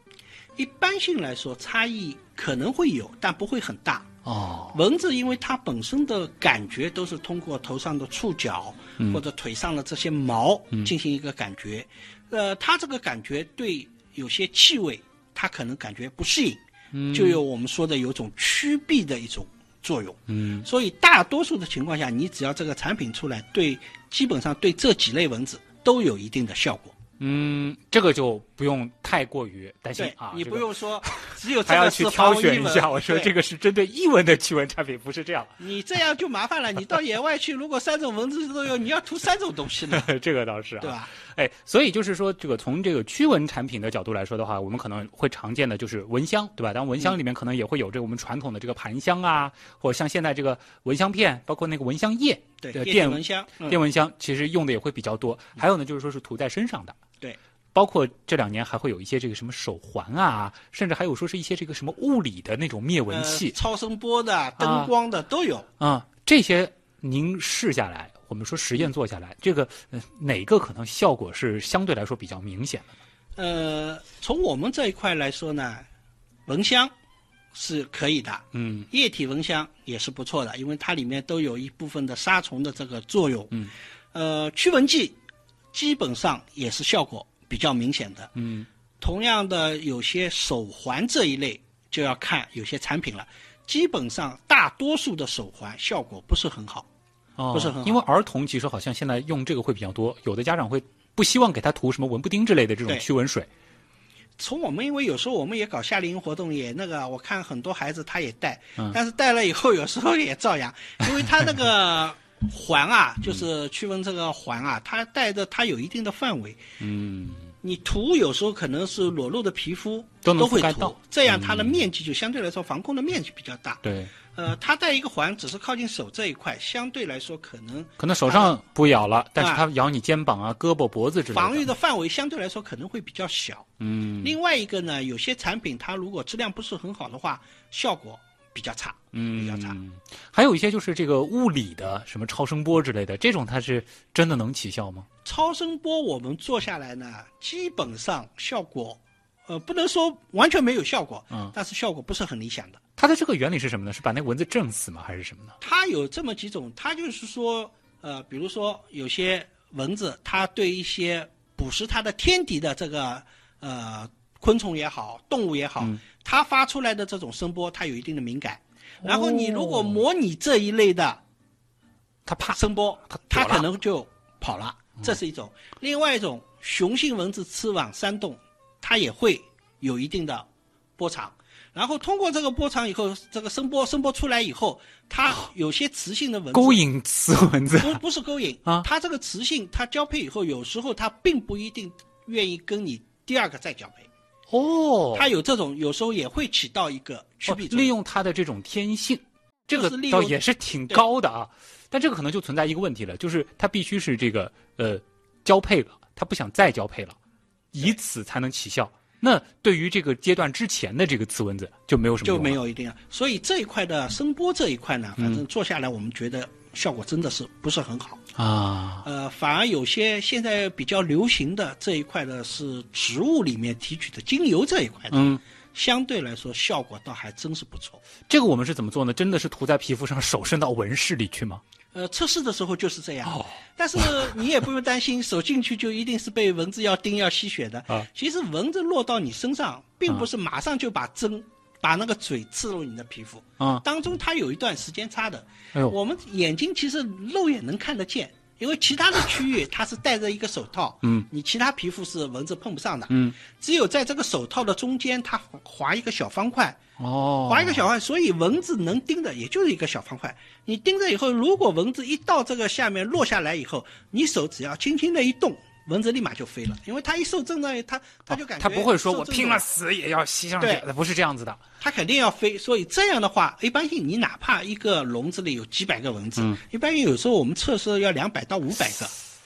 D: 一般性来说，差异可能会有，但不会很大。
B: 哦，
D: 蚊子因为它本身的感觉都是通过头上的触角、或者腿上的这些毛进行一个感觉，呃，它这个感觉对有些气味它可能感觉不适应，就有我们说的有种驱避的一种作用。
B: 嗯，
D: 所以大多数的情况下，你只要这个产品出来，对基本上对这几类蚊子都有一定的效果。
B: 嗯，这个就不用太过于担心
D: 对、
B: 啊，
D: 你
B: 这
D: 不
B: 个
D: 用说，只有这
B: 还要
D: 个
B: 去
D: 是
B: 挑
D: 防
B: 选
D: 蚊
B: 一
D: 蚊
B: 下。我说
D: 对
B: 这个是针对异蚊的驱蚊产品，不是这样。
D: 你这样就麻烦了。你到野外去，如果三种蚊子都有，你要涂三种东西呢，
B: 这个倒是啊，
D: 对吧？
B: 哎，所以就是说，这个从这个驱蚊产品的角度来说的话，我们可能会常见的就是蚊香，对吧？当然蚊香
D: 嗯
B: 里面可能也会有这个我们传统的这个盘香啊，或者像现在这个蚊香片，包括那个蚊香液、
D: 对，
B: 对
D: 液体
B: 电
D: 蚊香，嗯
B: 电蚊香，其实用的也会比较多。还有呢，就是说是涂在身上的，
D: 对。
B: 包括这两年还会有一些这个什么手环啊，甚至还有说是一些这个什么物理的那种灭蚊
D: 呃
B: 器啊嗯
D: 超声波的、灯光的都有。
B: 啊、这些您试下来我们说实
D: 嗯
B: 验做下来，这个、呃哪个可能效果是相对来说比较明显的？
D: 呃，从我们这一块来说呢，蚊香是可以的，
B: 嗯
D: 液体蚊香也是不错的，因为它里面都有一部分的杀虫的这个作用。
B: 嗯，
D: 呃，驱蚊剂基本上也是效果比较明显的。
B: 嗯
D: 同样的，有些手环这一类就要看有些产品了。基本上大多数的手环效果不是很好，
B: 哦，
D: 不是很好
B: 因为儿童其实好像现在用这个会比较多，有的家长会不希望给他涂什么蚊不叮之类的这种
D: 对
B: 驱蚊水。
D: 从我们，因为有时候我们也搞夏令营活动，也那个，我看很多孩子他也戴，
B: 嗯
D: 但是戴了以后有时候也 照样，因为他那个环啊，就是驱蚊这个环啊，它戴的它有一定的范围，
B: 嗯，
D: 你涂有时候可能是裸露的皮肤
B: 都能
D: 会
B: 覆盖
D: 涂
B: 到，
D: 这样它的面积就相对来说防控的面积比较大。
B: 对，
D: 呃，它戴一个环只是靠近手这一块，相对来说可能
B: 可能手上不咬了，但是
D: 啊
B: 它咬你肩膀啊、胳膊、脖子之类的。
D: 防御的范围相对来说可能会比较小。
B: 嗯
D: 另外一个呢，有些产品它如果质量不是很好的话，效果比较差，比较差。
B: 嗯，还有一些就是这个物理的什么超声波之类的，这种它是真的能起效吗？
D: 超声波我们做下来呢，基本上效果，呃，不能说完全没有效果，
B: 嗯
D: 但是效果不是很理想的。
B: 它的这个原理是什么呢？是把那蚊子震死吗？还是什么呢？
D: 它有这么几种，它就是说，呃，比如说有些蚊子，它对一些捕食它的天敌的这个呃昆虫也好，动物也好，它发出来的这种声波，它有一定的敏感。然后你如果模拟这一类的
B: 它怕
D: 声波，
B: 它
D: 它
B: 躲了嗯
D: 可能就跑了，这是一种。另外一种，雄性蚊子吃网扇动，它也会有一定的波长。然后通过这个波长以后，这个声波声波出来以后，它有些雌性的蚊子
B: 勾引雌蚊子。
D: 不不是勾引
B: 啊
D: 它这个雌性它交配以后，有时候它并不一定愿意跟你第二个再交配，
B: 哦，
D: 它有这种有时候也会起到一个驱
B: 哦
D: 避作
B: 利
D: 用。
B: 用它的这种天性，这
D: 就
B: 个
D: 是利
B: 倒
D: 用
B: 也是挺高的啊。但这个可能就存在一个问题了，就是它必须是这个呃交配了，它不想再交配了，以此才能起效。那对于这个阶段之前的这个雌蚊子就没有什么
D: 就
B: 用了
D: 没有一定啊。所以这一块的声波这一块呢，
B: 嗯
D: 反正做下来我们觉得效果真的是不是很好。
B: 啊。
D: 呃，反而有些现在比较流行的这一块的是植物里面提取的精油这一块的，
B: 嗯，
D: 相对来说效果倒还真是不错。
B: 这个我们是怎么做呢？真的是涂在皮肤上，手伸到纹饰里去吗？
D: 呃，测试的时候就是这样，
B: 哦
D: 但是 你也不用担心，手进去就一定是被蚊子要叮要吸血的。
B: 啊
D: 其实蚊子落到你身上，并不是马上就把针、把那个嘴刺入你的皮肤，
B: 啊，
D: 当中它有一段时间差的。
B: 哎呦，
D: 我们眼睛其实肉眼能看得见，因为其他的区域它是戴着一个手套，
B: 嗯，
D: 你其他皮肤是蚊子碰不上的，
B: 嗯，
D: 只有在这个手套的中间，它划划一个小方块，
B: 哦，
D: 划一个小方块，所以蚊子能叮的也就是一个小方块。你叮着以后，如果蚊子一到这个下面落下来以后，你手只要轻轻的一动，蚊子立马就飞了，因为它一受震呢，它它就感觉
B: 啊他哦不会说
D: 受
B: 我
D: 震
B: 拼
D: 动
B: 了死也要吸上
D: 对
B: 去，不是这样子的。
D: 它肯定要飞，所以这样的话，一般性你哪怕一个笼子里有几百个蚊
B: 嗯
D: 子，一般性有时候我们测试要两百到五百个，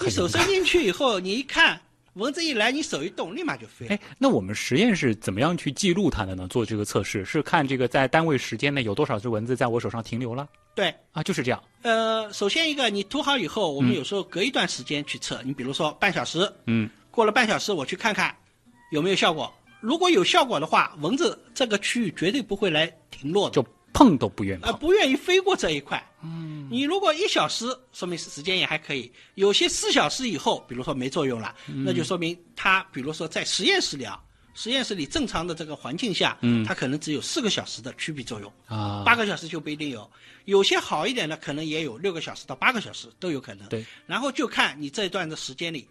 D: 你手伸进去以后，你一看蚊子一来，你手一动，立马就飞了。
B: 哎，那我们实验室怎么样去记录它的呢？做这个测试是看这个在单位时间内有多少只蚊子在我手上停留了
D: 对，
B: 啊？就是这样。
D: 呃，首先一个你涂好以后，我们有时候隔一段时间去测，你比如说半小时，
B: 嗯，
D: 过了半小时我去看看有没有效果。如果有效果的话，蚊子这个区域绝对不会来停落的，
B: 就碰都不愿
D: 呃，
B: 碰。
D: 不愿意飞过这一块。嗯，你如果一小时，说明时间也还可以；有些四小时以后，比如说没作用了，那就说明它，比如说在实验室里啊，实验室里正常的这个环境下，嗯，它可能只有四个小时的驱避作用，
B: 啊，
D: 八个小时就不一定有。有些好一点的，可能也有六个小时到八个小时都有可能。
B: 对，
D: 然后就看你这段的时间里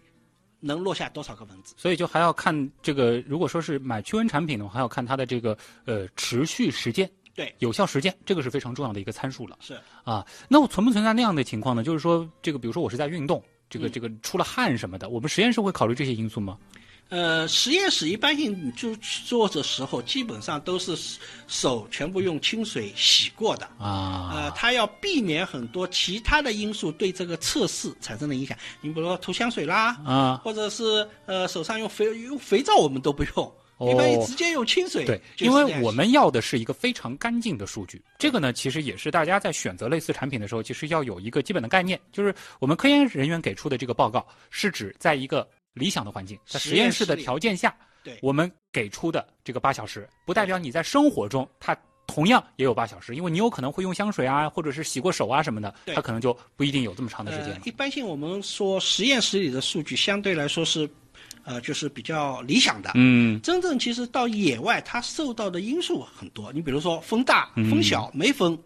D: 能落下多少个蚊子。
B: 所以就还要看这个，如果说是买驱蚊产品的话，还要看它的这个呃持续时间。
D: 对
B: 有效时间，这个是非常重要的一个参数了。
D: 是
B: 啊，那我存不存在那样的情况呢？就是说，这个比如说我是在运动，这个
D: 嗯
B: 这个出了汗什么的，我们实验室会考虑这些因素吗？
D: 呃，实验室一般性你就去做的时候，基本上都是手全部用清水洗过的。呃，
B: 啊，
D: 它要避免很多其他的因素对这个测试产生的影响。你比如说涂香水啦，
B: 啊
D: 呃或者是呃手上用肥用肥皂，我们都不用，一般直接用清水。
B: 哦对，
D: 就是
B: 因
D: 这
B: 为
D: 样
B: 我
D: 洗
B: 们要的是一个非常干净的数据。这个呢，其实也是大家在选择类似产品的时候，其实要有一个基本的概念，就是我们科研人员给出的这个报告是指在一个理想的环境，在
D: 实
B: 实验
D: 验
B: 室
D: 室
B: 的
D: 里
B: 条件下，
D: 对
B: 我们给出的这个八小时，不代表你在生活中它。同样也有八小时，因为你有可能会用香水啊，或者是洗过手啊什么的，
D: 对
B: 它可能就不一定有这么长的时间
D: 呃
B: 了。，
D: 一般性我们说实验室里的数据相对来说是，呃，就是比较理想的。
B: 嗯，
D: 真正其实到野外，它受到的因素很多。你比如说风大、
B: 嗯
D: 风小、没风，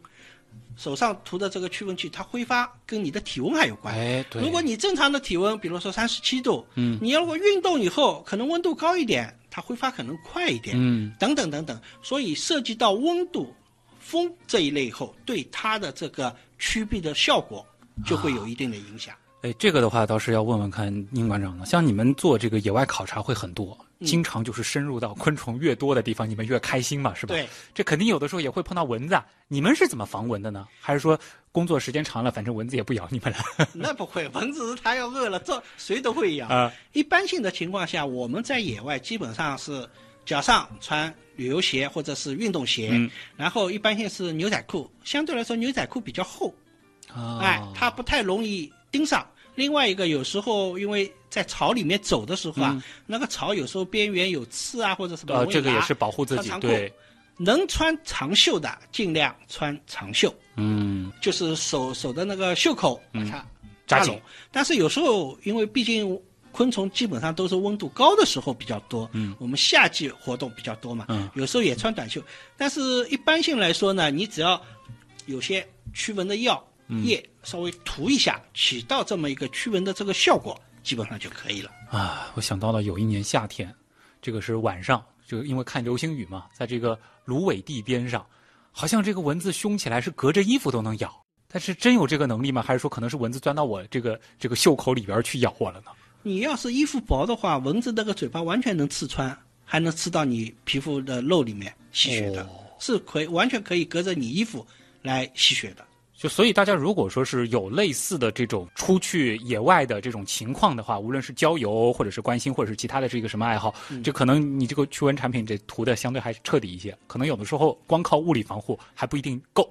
D: 手上涂的这个驱蚊剂，它挥发跟你的体温还有关。
B: 哎，对，
D: 如果你正常的体温，比如说三十七度，
B: 嗯，
D: 你如果运动以后，可能温度高一点，它挥发可能快一点，
B: 嗯
D: 等等等等。所以涉及到温度、风这一类以后，对它的这个驱避的效果就会有一定的影响。
B: 哎，这个的话倒是要问问看宁馆长了。像你们做这个野外考察会很多，
D: 嗯
B: 经常就是深入到昆虫越多的地方，你们越开心嘛，是吧？
D: 对，
B: 这肯定有的时候也会碰到蚊子啊。你们是怎么防蚊的呢？还是说工作时间长了，反正蚊子也不咬你们了？
D: 那不会，蚊子它要饿了，这谁都 会咬。
B: 啊
D: 一般性的情况下，我们在野外基本上是脚上穿旅游鞋或者是运动鞋，
B: 嗯
D: 然后一般性是牛仔裤，相对来说牛仔裤比较厚，
B: 啊
D: 哎，它不太容易盯上。另外一个，有时候因为在草里面走的时候啊，那个草有时候边缘有刺啊或者什么，
B: 呃，
D: 容
B: 嗯
D: 易
B: 这个也
D: 拉
B: 是保护自己
D: 穿，长裤
B: 对，
D: 能穿长袖的尽量穿长袖，
B: 嗯，
D: 就是手手的那个袖口把它
B: 扎
D: 拢
B: 紧，
D: 但是有时候因为毕竟昆虫基本上都是温度高的时候比较多，嗯，我们夏季活动比较多嘛，
B: 嗯，
D: 有时候也穿短袖，但是一般性来说呢，你只要有些驱蚊的药
B: 嗯
D: 液稍微涂一下，起到这么一个驱蚊的这个效果，基本上就可以了。
B: 啊，我想到了有一年夏天，这个是晚上，就因为看流星雨嘛，在这个芦苇地边上，好像这个蚊子凶起来是隔着衣服都能咬。但是真有这个能力吗？还是说可能是蚊子钻到我这个这个袖口里边去咬我了呢？
D: 你要是衣服薄的话，蚊子那个嘴巴完全能刺穿，还能刺到你皮肤的肉里面吸血的，
B: 哦
D: 是可以完全可以隔着你衣服来吸血的。
B: 就所以大家如果说是有类似的这种出去野外的这种情况的话，无论是郊游或者是关心或者是其他的这个什么爱好，
D: 嗯
B: 这可能你这个驱蚊产品这涂的相对还是彻底一些，可能有的时候光靠物理防护还不一定够。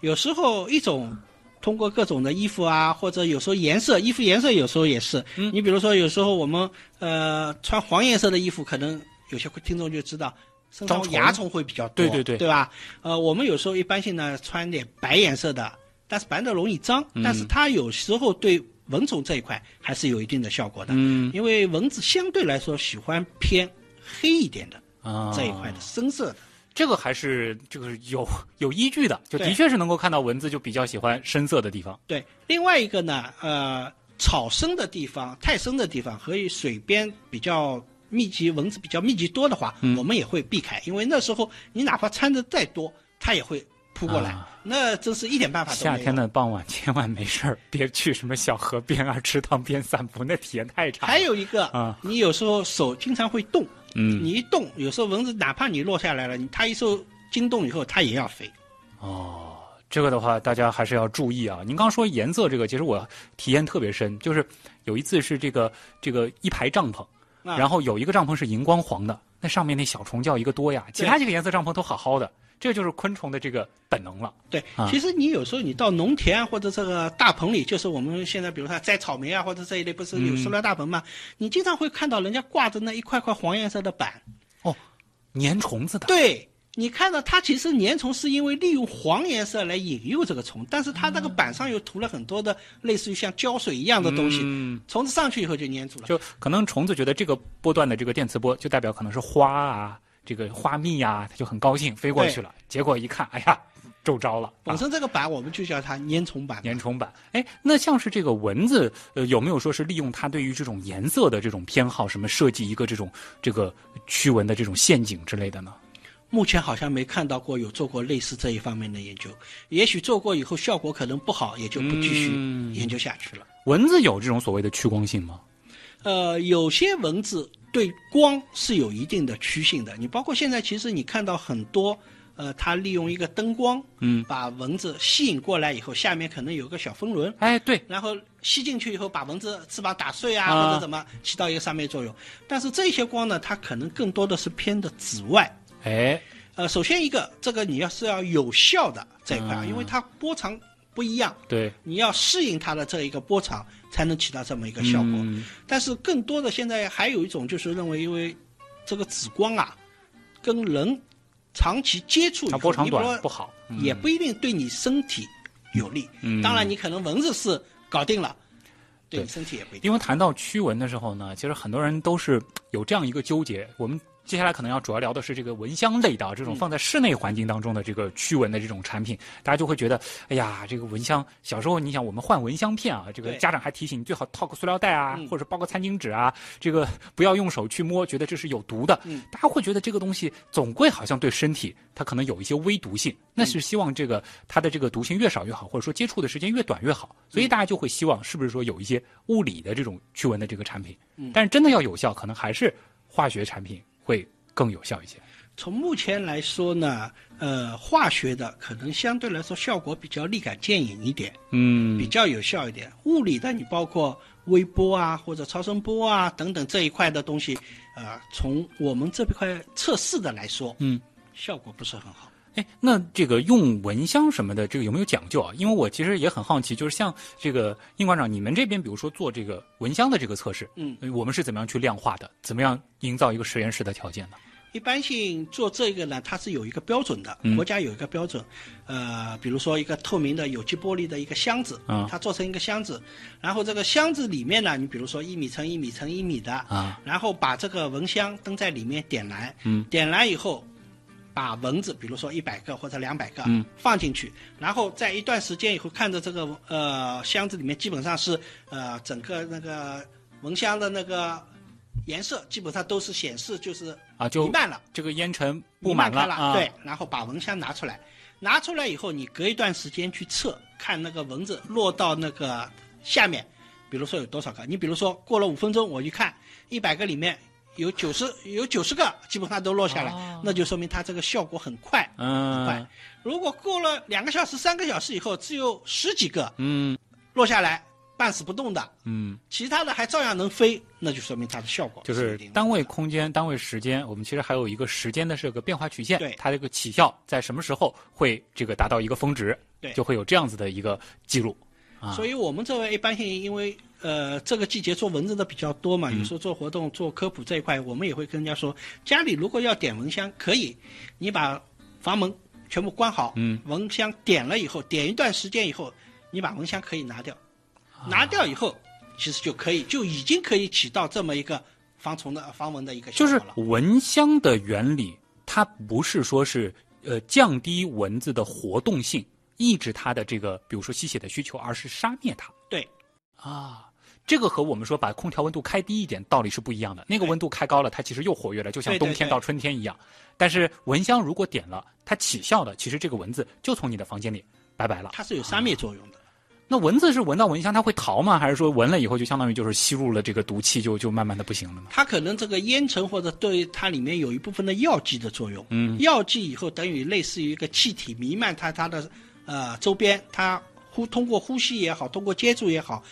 D: 有时候一种通过各种的衣服啊，或者有时候颜色，衣服颜色有时候也是。
B: 嗯
D: 你比如说，有时候我们呃穿黄颜色的衣服，可能有些听众就知道。身上
B: 招虫
D: 蚜虫会比较多，
B: 对对对
D: 对吧？呃，我们有时候一般性呢穿点白颜色的，但是白的容易脏，
B: 嗯
D: 但是它有时候对蚊虫这一块还是有一定的效果的，
B: 嗯
D: 因为蚊子相对来说喜欢偏黑一点的
B: 啊，
D: 这一块的深色的。
B: 这个还是这个是有有依据的，就
D: 对
B: 的确是能够看到蚊子就比较喜欢深色的地方。
D: 对，另外一个呢，呃，草深的地方、太深的地方和水边比较密集、蚊子比较密集多的话，
B: 嗯
D: 我们也会避开，因为那时候你哪怕穿的再多，它也会扑过来，
B: 啊
D: 那真是一点办法啊都没有。
B: 夏天的傍晚千万没事儿别去什么小河边啊、池塘边散步，那体验太差了。
D: 还有一个，
B: 啊
D: 你有时候手经常会动，
B: 嗯
D: 你一动，有时候蚊子哪怕你落下来了，你它一受惊动以后，它也要飞。
B: 哦，这个的话，大家还是要注意啊。您刚说颜色这个，其实我体验特别深，就是有一次是这个这个一排帐篷，
D: 啊
B: 然后有一个帐篷是荧光黄的，那上面那小虫叫一个多呀，其他几个颜色帐篷都好好的，这就是昆虫的这个本能了。
D: 对
B: 啊，
D: 其实你有时候你到农田啊，或者这个大棚里，就是我们现在比如说摘草莓啊，或者这一类，不是有塑料大棚嘛？
B: 嗯
D: 你经常会看到人家挂着那一块块黄颜色的板。
B: 粘虫子的，
D: 对，你看到它其实粘虫是因为利用黄颜色来引诱这个虫，但是它那个板上又涂了很多的类似于像胶水一样的东西，
B: 嗯
D: 虫子上去以后就粘住了。
B: 就可能虫子觉得这个波段的这个电磁波，就代表可能是花啊，这个花蜜啊，它就很高兴飞过去了。结果一看，哎呀，中招了。
D: 本
B: 啊
D: 身这个板我们就叫它粘虫板嘛。
B: 粘虫板，哎，那像是这个蚊子，呃，有没有说是利用它对于这种颜色的这种偏好，什么设计一个这种这个驱蚊的这种陷阱之类的呢？
D: 目前好像没看到过有做过类似这一方面的研究，也许做过以后效果可能不好，也就不继续
B: 嗯
D: 研究下去了。
B: 蚊子有这种所谓的趋光性吗？
D: 呃，有些文字对光是有一定的趋性的。你包括现在，其实你看到很多，呃，它利用一个灯光，
B: 嗯，
D: 把蚊子吸引过来以后，下面可能有个小风轮，
B: 哎，对，
D: 然后吸进去以后把蚊子翅膀打碎啊，
B: 啊
D: 或者怎么起到一个杀灭作用。但是这些光呢，它可能更多的是偏的紫外。
B: 哎，
D: 呃，首先一个，这个你要是要有效的这一块，啊，因为它波长不一样，
B: 对，
D: 你要适应它的这一个波长，才能起到这么一个效果。
B: 嗯
D: 但是更多的现在还有一种就是认为，因为这个紫光啊，跟人长期接触以
B: 它
D: 后，
B: 波长
D: 你比如
B: 短
D: 说
B: 不好，嗯
D: 也不一定对你身体有利。
B: 嗯
D: 当然，你可能蚊子是搞定了，对
B: 对
D: 你身体也不一定。
B: 因为谈到驱蚊的时候呢，其实很多人都是嘖有这样一个纠结。我们接下来可能要主要聊的是这个蚊香类的啊，这种
D: 嗯
B: 放在室内环境当中的这个驱蚊的这种产品，大家就会觉得，哎呀，这个蚊香，小时候你想我们换蚊香片啊，这个
D: 对
B: 家长还提醒你最好套个塑料袋啊，
D: 嗯
B: 或者包个餐巾纸啊，这个不要用手去摸，觉得这是有毒的。
D: 嗯
B: 大家会觉得这个东西总归好像对身体它可能有一些微毒
D: 嗯
B: 性，那是希望这个它的这个毒性越少越好，或者说接触的时间越短越好，
D: 嗯
B: 所以大家就会希望是不是说有一些物理的这种驱蚊的这个产品，
D: 嗯
B: 但是真的要有效，可能还是化学产品会更有效一些。
D: 从目前来说呢，呃，化学的可能相对来说效果比较立竿见影一点，比
B: 嗯，
D: 较有效一点。物理的你包括微波啊或者超声波啊等等这一块的东西，呃，从我们这块测试的来说，
B: 嗯，
D: 效果不是很好。
B: 哎，那这个用蚊香什么的，这个有没有讲究啊？因为我其实也很好奇，就是像这个殷馆长，你们这边比如说做这个蚊香的这个测试，
D: 嗯
B: 呃，我们是怎么样去量化的？怎么样营造一个实验室的条件呢？
D: 一般性做这个呢，它是有一个标准的
B: 嗯，
D: 国家有一个标准，呃，比如说一个透明的有机玻璃的一个箱子
B: 啊，
D: 它做成一个箱子，然后这个箱子里面呢，你比如说一米乘一米乘一米的，
B: 啊，
D: 然后把这个蚊香灯在里面点燃，
B: 嗯
D: 点燃以后，把蚊子，比如说一百个或者两百个，
B: 嗯
D: 放进去，然后在一段时间以后，看着这个呃箱子里面基本上是呃整个那个蚊香的那个颜色基本上都是显示就是
B: 啊，就
D: 弥漫了。
B: 这个烟尘布
D: 弥
B: 满
D: 漫开
B: 啊，
D: 对，，然后把蚊香拿出来，拿出来以后，你隔一段时间去测，看那个蚊子落到那个下面，比如说有多少个，你比如说过了五分钟，我一看，一百个里面有九十有九十个基本上都落下来，
B: 哦
D: 那就说明它这个效果很快。
B: 嗯
D: 快，如果过了两个小时、三个小时以后，只有十几个
B: 嗯
D: 落下来，半死不动的，
B: 嗯，
D: 其他的还照样能飞，那就说明它的效果
B: 就是
D: 一定的
B: 单位空间、单位时间，我们其实还有一个时间的这个变化曲线，
D: 对
B: 它这个起效在什么时候会这个达到一个峰值，
D: 对
B: 就会有这样子的一个记录啊。
D: 所
B: 以
D: 以我们这位一般性，因为呃这个季节做蚊子的比较多
B: 嗯
D: 嘛，有时候做活动、做科普这一块，我们也会跟人家说，家里如果要点蚊香，可以，你把房门全部关好，
B: 嗯，
D: 蚊香点了以后，点一段时间以后，你把蚊香可以拿掉，
B: 啊
D: 拿掉以后，其实就可以，就已经可以起到这么一个防虫的防蚊的一个效
B: 就
D: 果
B: 是
D: 了。
B: 蚊香的原理，它不是说是呃降低蚊子的活动性，抑制它的这个比如说吸血的需求，而是杀灭它。
D: 对，
B: 啊，这个和我们说把空调温度开低一点道理是不一样的。那个温度开高了，它其实又活跃了，就像
D: 对对
B: 冬天到春天一样。但是蚊香如果点了，它起效了，其实这个蚊子就从你的房间里拜拜了。
D: 它是有杀灭作用的。
B: 那蚊子是闻到蚊香它会逃吗？还是说闻了以后就相当于就是吸入了这个毒气就，就慢慢的不行了呢？
D: 它可能这个烟尘或者对它里面有一部分的药剂的作用，
B: 嗯，
D: 药剂以后等于类似于一个气体弥漫它它的呃周边，它呼通过呼吸也好，通过接触也好，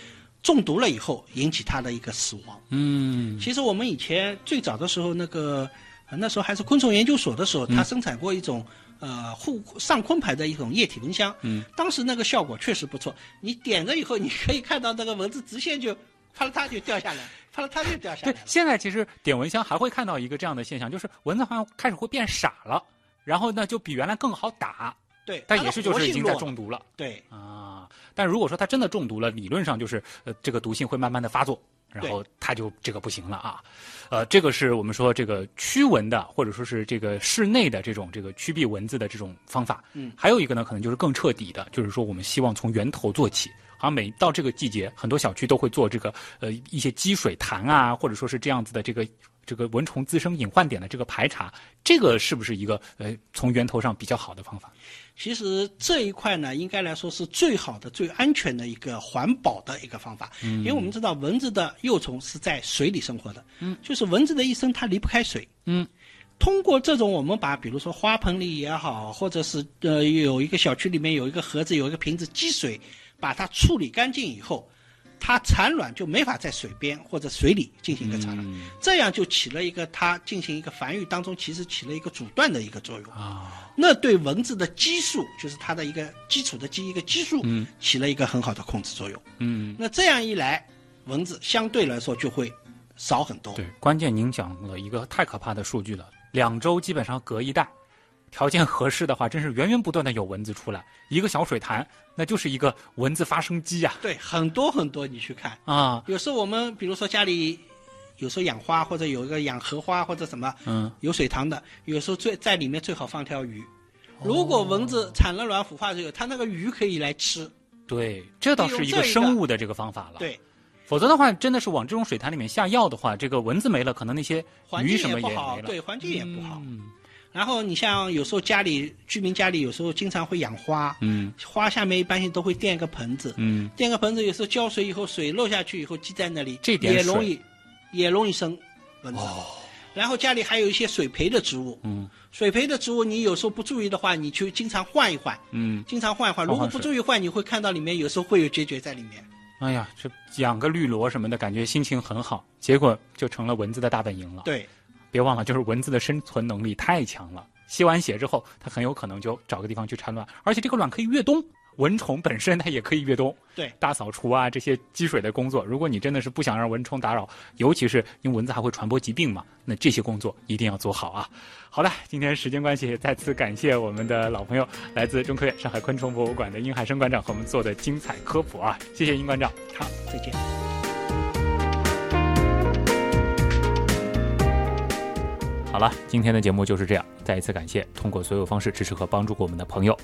D: 中毒了以后引起它的一个死亡。
B: 嗯
D: 其实我们以前最早的时候，那个、呃那时候还是昆虫研究所的时候，它生产过一种。呃，护上昆牌的一种液体蚊香，嗯，当时那个效果确实不错。你点着以后，你可以看到那个蚊子直线就啪啦嗒就掉下来，啪啦嗒就掉下来
B: 对
D: 了，。
B: 现在其实点蚊香还会看到一个这样的现象，就是蚊子好像开始会变傻了，然后呢就比原来更好打，
D: 对，
B: 但
D: 它
B: 也
D: 的
B: 是就
D: 活
B: 是已
D: 性
B: 经在
D: 弱了
B: 中毒了。
D: 对
B: 啊，但如果说它真的中毒了，理论上就是呃这个毒性会慢慢的发作，然后它就这个不行了啊。呃，这个是我们说这个驱蚊的，或者说是这个室内的这种这个驱避蚊子的这种方法。
D: 嗯
B: 还有一个呢，可能就是更彻底的，就是说我们希望从源头做起。好像每到这个季节，很多小区都会做这个呃一些积水潭啊，或者说是这样子的这个这个蚊虫滋生隐患点的这个排查，这个是不是一个呃从源头上比较好的方法？
D: 其实这一块呢，应该来说是最好的、最安全的一个环保的一个方法。
B: 嗯
D: 因为我们知道蚊子的幼虫是在水里生活的，嗯，就是蚊子的一生它离不开水，
B: 嗯。
D: 通过这种，我们把比如说花盆里也好，或者是呃有一个小区里面有一个盒子、有一个瓶子积水，把它处理干净以后，它产卵就没法在水边或者水里进行一个产卵，
A: 嗯
D: 这样就起了一个它进行一个繁育当中，其实起了一个阻断的一个作用。
A: 啊，
D: 那对蚊子的激素，就是它的一个基础的基一个激素，
A: 嗯
D: 起了一个很好的控制作用。
A: 嗯，
D: 那这样一来，蚊子相对来说就会少很多。
A: 对
B: 关键您讲了一个太可怕的数据了，两周基本上隔一代，条件合适的话，真是源源不断的有蚊子出来，一个小水潭那就是一个蚊子发生机呀、
D: 对，很多很多，你去看。
B: 啊！
D: 有时候我们比如说家里，有时候养花或者有一个养荷花或者什么，
B: 嗯，
D: 有水塘的，有时候最在里面最好放条鱼。
B: 哦
D: 如果蚊子产了卵孵化之后，它那个鱼可以来吃。
B: 对，这倒是一个生物的这个方法了。，
D: 对，
B: 否则的话，真的是往这种水潭里面下药的话，这个蚊子没了，可能那些
D: 环
B: 鱼
D: 境
B: 什么也
D: 也不
B: 没
D: 好，
B: 了。
D: 对，环境也不好。
B: 嗯
D: 然后你像有时候家里居民家里有时候经常会养花，
B: 嗯
D: 花下面一般性都会垫一个盆子，
B: 嗯，
D: 垫个盆子有时候浇水以后水漏下去以后积在那里，
B: 这点
D: 也
B: 水哦
D: 容易也容易生蚊子。然后家里还有一些水培的植物，
B: 嗯，
D: 水培的植物你有时候不注意的话，你去经常换一换，
B: 嗯，
D: 经常换一换。
B: 换
D: 如
B: 换
D: 果不注意换，你会看到里面有时候会有结节在里面。
B: 哎呀，这养个绿萝什么的，感觉心情很好，结果就成了蚊子的大本营了。
D: 对，
B: 别忘了，就是蚊子的生存能力太强了。吸完血之后，它很有可能就找个地方去产卵，而且这个卵可以越冬，蚊虫本身它也可以越冬。
D: 对，
B: 大扫除啊这些积水的工作，如果你真的是不想让蚊虫打扰，尤其是因为蚊子还会传播疾病嘛，那这些工作一定要做好啊。好的，今天时间关系，再次感谢我们的老朋友，来自中科院上海昆虫博物馆的殷海生馆长和我们做的精彩科普啊，谢谢殷馆长。
D: 好，再见。
A: 好了，今天的节目就是这样。再一次感谢通过所有方式支持和帮助过我们的朋友，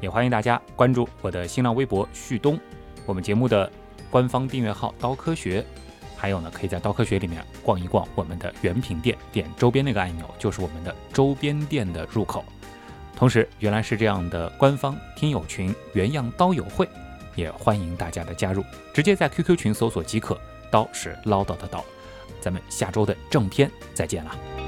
A: 也欢迎大家关注我的新浪微博旭东，我们节目的官方订阅号刀科学，还有呢，可以在刀科学里面逛一逛我们的原品店，点周边那个按钮就是我们的周边店的入口。同时，原来是这样的官方听友群“原样刀友会”，也欢迎大家的加入，直接在 QQ 群搜索即可。刀是唠叨的刀，咱们下周的正片再见了。